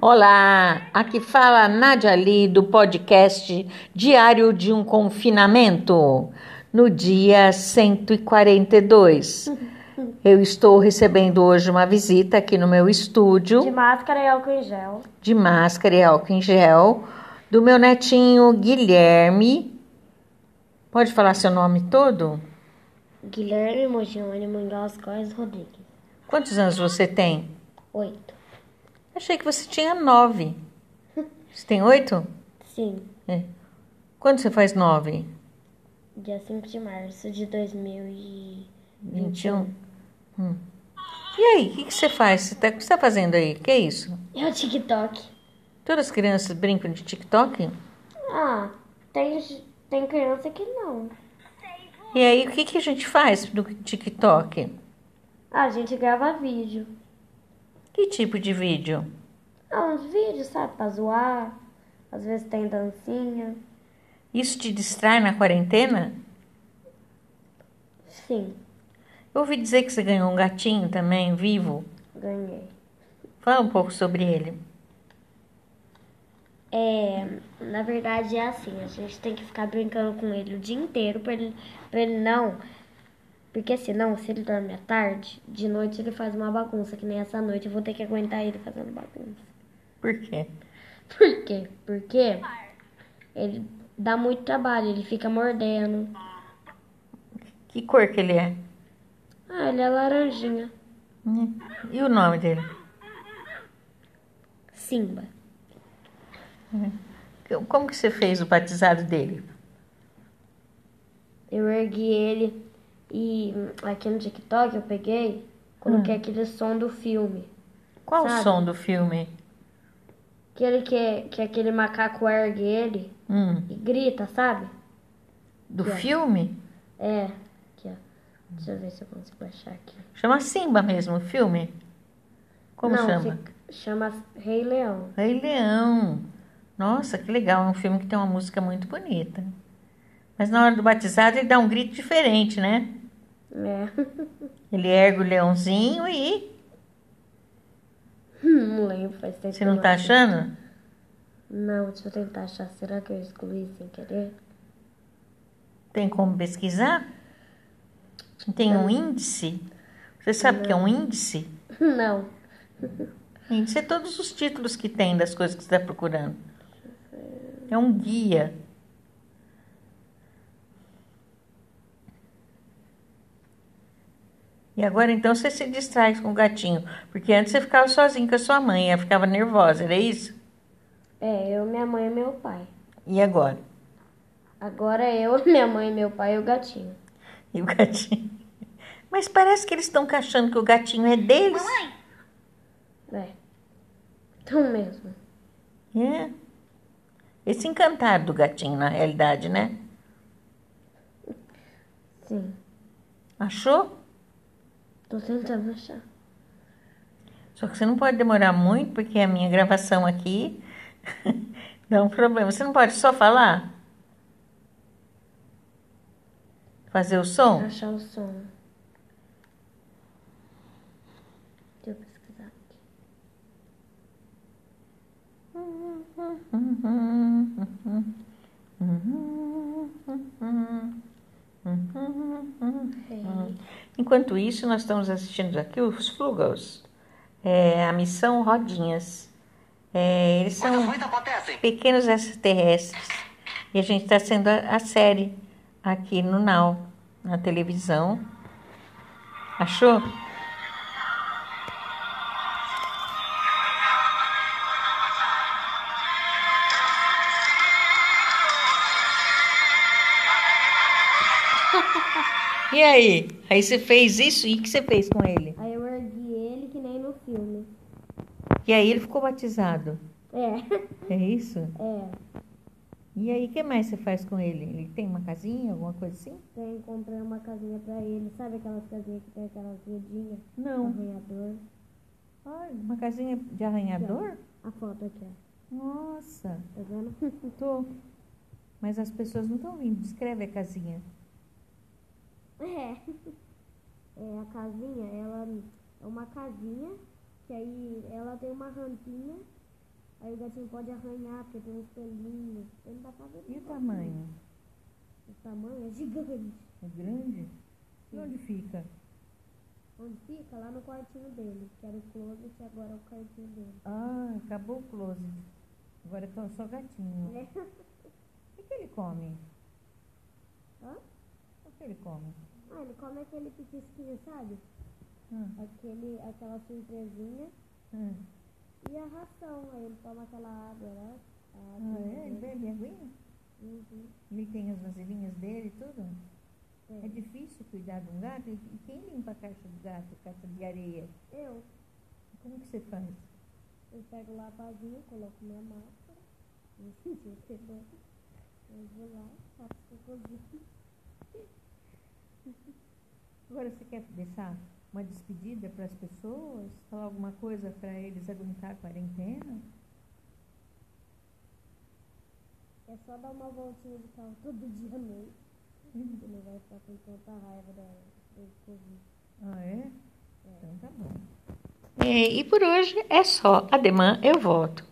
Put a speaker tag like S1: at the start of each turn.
S1: Olá, aqui fala Nádia Ali do podcast Diário de um Confinamento, no dia 142. Eu estou recebendo hoje uma visita aqui no meu
S2: De
S1: estúdio
S2: máscara e álcool em gel.
S1: de máscara e álcool em gel do meu netinho Guilherme. Pode falar seu nome todo?
S2: Guilherme Mogione Munhoz Góes Rodrigues.
S1: Quantos anos você tem?
S2: Oito.
S1: Achei que você tinha nove. Você tem oito?
S2: Sim.
S1: É. Quando você faz nove?
S2: Dia 5 de março de 2021.
S1: 21. Hum. E aí, o que, que você faz? Você tá- O que você está fazendo aí? que é isso?
S2: É o TikTok.
S1: Todas as crianças brincam de TikTok?
S2: Ah, tem, tem criança que não.
S1: E aí, o que, que a gente faz no TikTok?
S2: Ah, a gente grava vídeo.
S1: Que tipo de vídeo?
S2: Ah, uns vídeos, sabe? Pra zoar. Às vezes tem dancinha.
S1: Isso te distrai na quarentena?
S2: Sim,
S1: Eu ouvi dizer que você ganhou um gatinho também, vivo.
S2: ganhei.
S1: Fala um pouco sobre ele.
S2: É, na verdade é assim, a gente tem que ficar brincando com ele o dia inteiro pra ele, pra ele não. Porque senão, se ele dorme à tarde, de noite ele faz uma bagunça, que nem essa noite eu vou ter que aguentar ele fazendo bagunça.
S1: Por quê?
S2: Por quê? Porque ele dá muito trabalho, ele fica mordendo.
S1: Que cor que ele é?
S2: Ah, ele é laranjinha.
S1: Hum. E o nome dele?
S2: Simba.
S1: Como que você fez o batizado dele?
S2: Eu ergui ele e aqui no TikTok eu peguei, coloquei aquele som do filme.
S1: Qual o
S2: Sabe?
S1: som do filme?
S2: Aquele que, que aquele macaco ergue ele.
S1: Hum.
S2: e grita, sabe?
S1: Do filme?
S2: É, aqui, ó. Deixa eu ver se eu consigo achar aqui.
S1: Chama Simba mesmo, o filme? Como
S2: Não,
S1: chama?
S2: fica- chama Rei Leão.
S1: Rei Leão. Nossa, que legal. É um filme que tem uma música muito bonita. Mas na hora do batizado ele dá um grito diferente, né?
S2: É.
S1: Ele ergue o leãozinho e.
S2: não lembro, faz tempo.
S1: Você
S2: que eu
S1: não tá
S2: assisto.
S1: achando?
S2: Não, deixa eu tentar achar. Será que eu excluí sem querer?
S1: Tem como pesquisar? Tem um índice? Você sabe o que é um índice?
S2: Não.
S1: Índice é todos os títulos que tem das coisas que você está procurando. É um guia. E agora então você se distrai com o gatinho. Porque antes você ficava sozinho com a sua mãe, ela ficava nervosa, era isso?
S2: É, eu, minha mãe e meu pai.
S1: E agora?
S2: Agora eu, minha mãe, meu pai e o gatinho.
S1: E o gatinho? Mas parece que eles estão achando que o gatinho é deles.
S2: É. Então mesmo.
S1: É. Esse encantar do gatinho, na realidade, né?
S2: Sim.
S1: Achou?
S2: Tô tentando achar.
S1: Só que você não pode demorar muito, porque a minha gravação aqui dá um problema. Você não pode só falar? Fazer o som?
S2: Achar o som. Deixa eu pesquisar aqui.
S1: Enquanto isso, nós estamos assistindo aqui os Flugels, é, a missão Rodinhas. É, eles são
S3: Muitas coisas acontecem.
S1: pequenos extraterrestres. E a gente está sendo a, a série aqui no Now, na televisão. Achou? E aí? Aí você fez isso? E o que você fez com ele?
S2: Aí eu ergui ele que nem no filme.
S1: E aí ele ficou batizado.
S2: É,
S1: É isso?
S2: é.
S1: E aí, o que mais você faz com ele? Ele tem uma casinha, alguma coisa assim?
S2: Eu comprei uma casinha pra ele. Sabe aquelas casinhas que tem aquelas redinhas?
S1: Não.
S2: Arranhador.
S1: Ah, uma casinha de arranhador?
S2: A foto aqui, ó.
S1: Nossa,
S2: Tá vendo?
S1: tô. Mas as pessoas não estão vindo. Descreve a casinha.
S2: É. É, a casinha, ela é uma casinha que aí ela tem uma rampinha Aí o gatinho pode arranhar, porque tem uns pelinhos. Ele não dá pra ver.
S1: E o
S2: não.
S1: tamanho?
S2: O tamanho é gigante.
S1: É grande? E onde fica?
S2: Onde fica? Lá no quartinho dele, que era o closet e agora é o quartinho dele.
S1: Ah, acabou o closet. Agora é só gatinho.
S2: Né?
S1: O que ele come?
S2: Hã?
S1: O que ele come?
S2: Ah, ele come aquele petisquinho, sabe?
S1: Ah,
S2: Aquele, aquela surpresinha
S1: ah.
S2: e a ração. Aí ele toma aquela água né? lá. A
S1: Ah,
S2: água
S1: é? Ele
S2: dele.
S1: bebe aguinha?
S2: Uhum.
S1: Ele tem as vasilhinhas dele e tudo? É
S2: É.
S1: difícil cuidar de um gato? E e quem limpa a caixa do gato, caixa de areia?
S2: Eu,
S1: Como que você faz?
S2: eu pego lá a pazinha, coloco minha máscara, me senti entendeu? Eu vou lá, faço cocôzinho.
S1: Agora você quer deixar uma despedida para as pessoas? Falar alguma coisa para eles aguentar a quarentena?
S2: É só dar uma voltinha de carro todo dia à noite. Você não vai ficar com tanta raiva da, do Covid.
S1: Ah, é? Então tá bom.
S4: E, e por hoje é só. Ademã, eu volto.